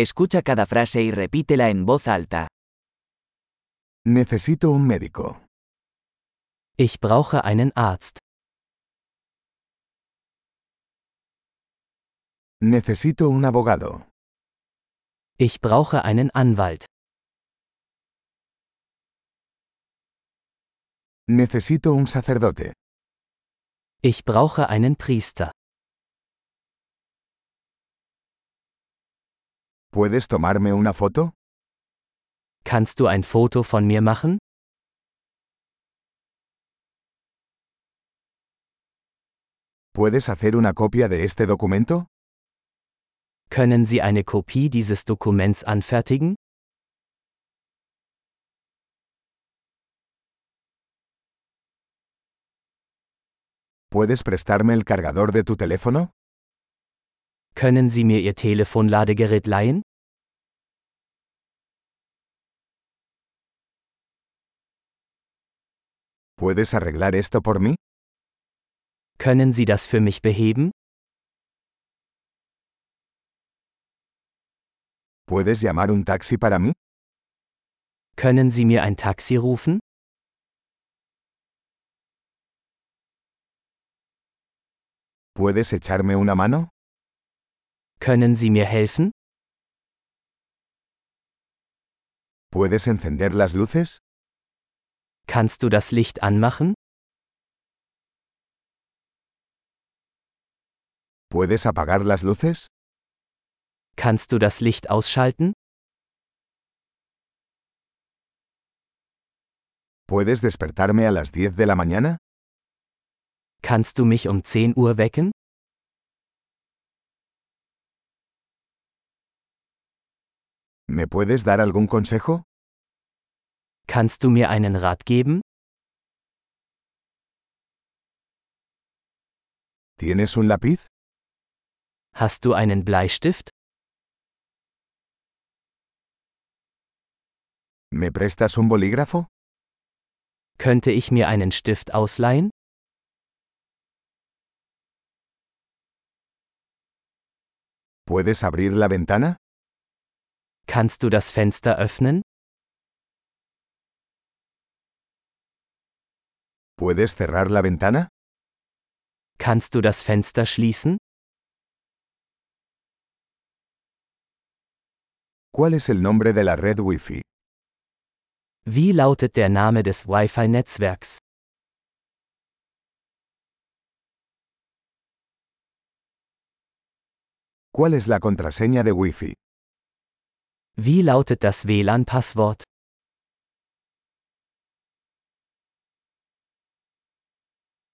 Escucha cada frase y repítela en voz alta. Necesito un médico. Ich brauche einen Arzt. Necesito un abogado. Ich brauche einen Anwalt. Necesito un sacerdote. Ich brauche einen Priester. ¿Puedes tomarme una foto? Kannst du ein Foto von mir machen? ¿Puedes hacer una copia de este documento? Können Sie eine Kopie dieses Dokuments anfertigen? ¿Puedes prestarme el cargador de tu teléfono? Können Sie mir Ihr Telefonladegerät leihen? ¿Puedes arreglar esto por mí? Können Sie das für mich beheben? ¿Puedes llamar un taxi para mí? Können Sie mir ein Taxi rufen? ¿Puedes echarme una mano? Können Sie mir helfen? ¿Puedes encender las luces? Kannst du das Licht anmachen? ¿Puedes apagar las luces? Kannst du das Licht ausschalten? ¿Puedes despertarme a las 10 de la mañana? Kannst du mich um 10 Uhr wecken? ¿Me puedes dar algún consejo? Kannst du mir einen Rat geben? ¿Tienes un lápiz? Hast du einen Bleistift? ¿Me prestas un bolígrafo? Könnte ich mir einen Stift ausleihen? ¿Puedes abrir la ventana? Kannst du das Fenster öffnen? ¿Puedes cerrar la ventana? Kannst du das Fenster schließen? ¿Cuál es el nombre de la red Wi-Fi? Wie lautet der Name des Wi-Fi-Netzwerks? ¿Cuál es la contraseña de Wi-Fi? Wie lautet das WLAN-Passwort?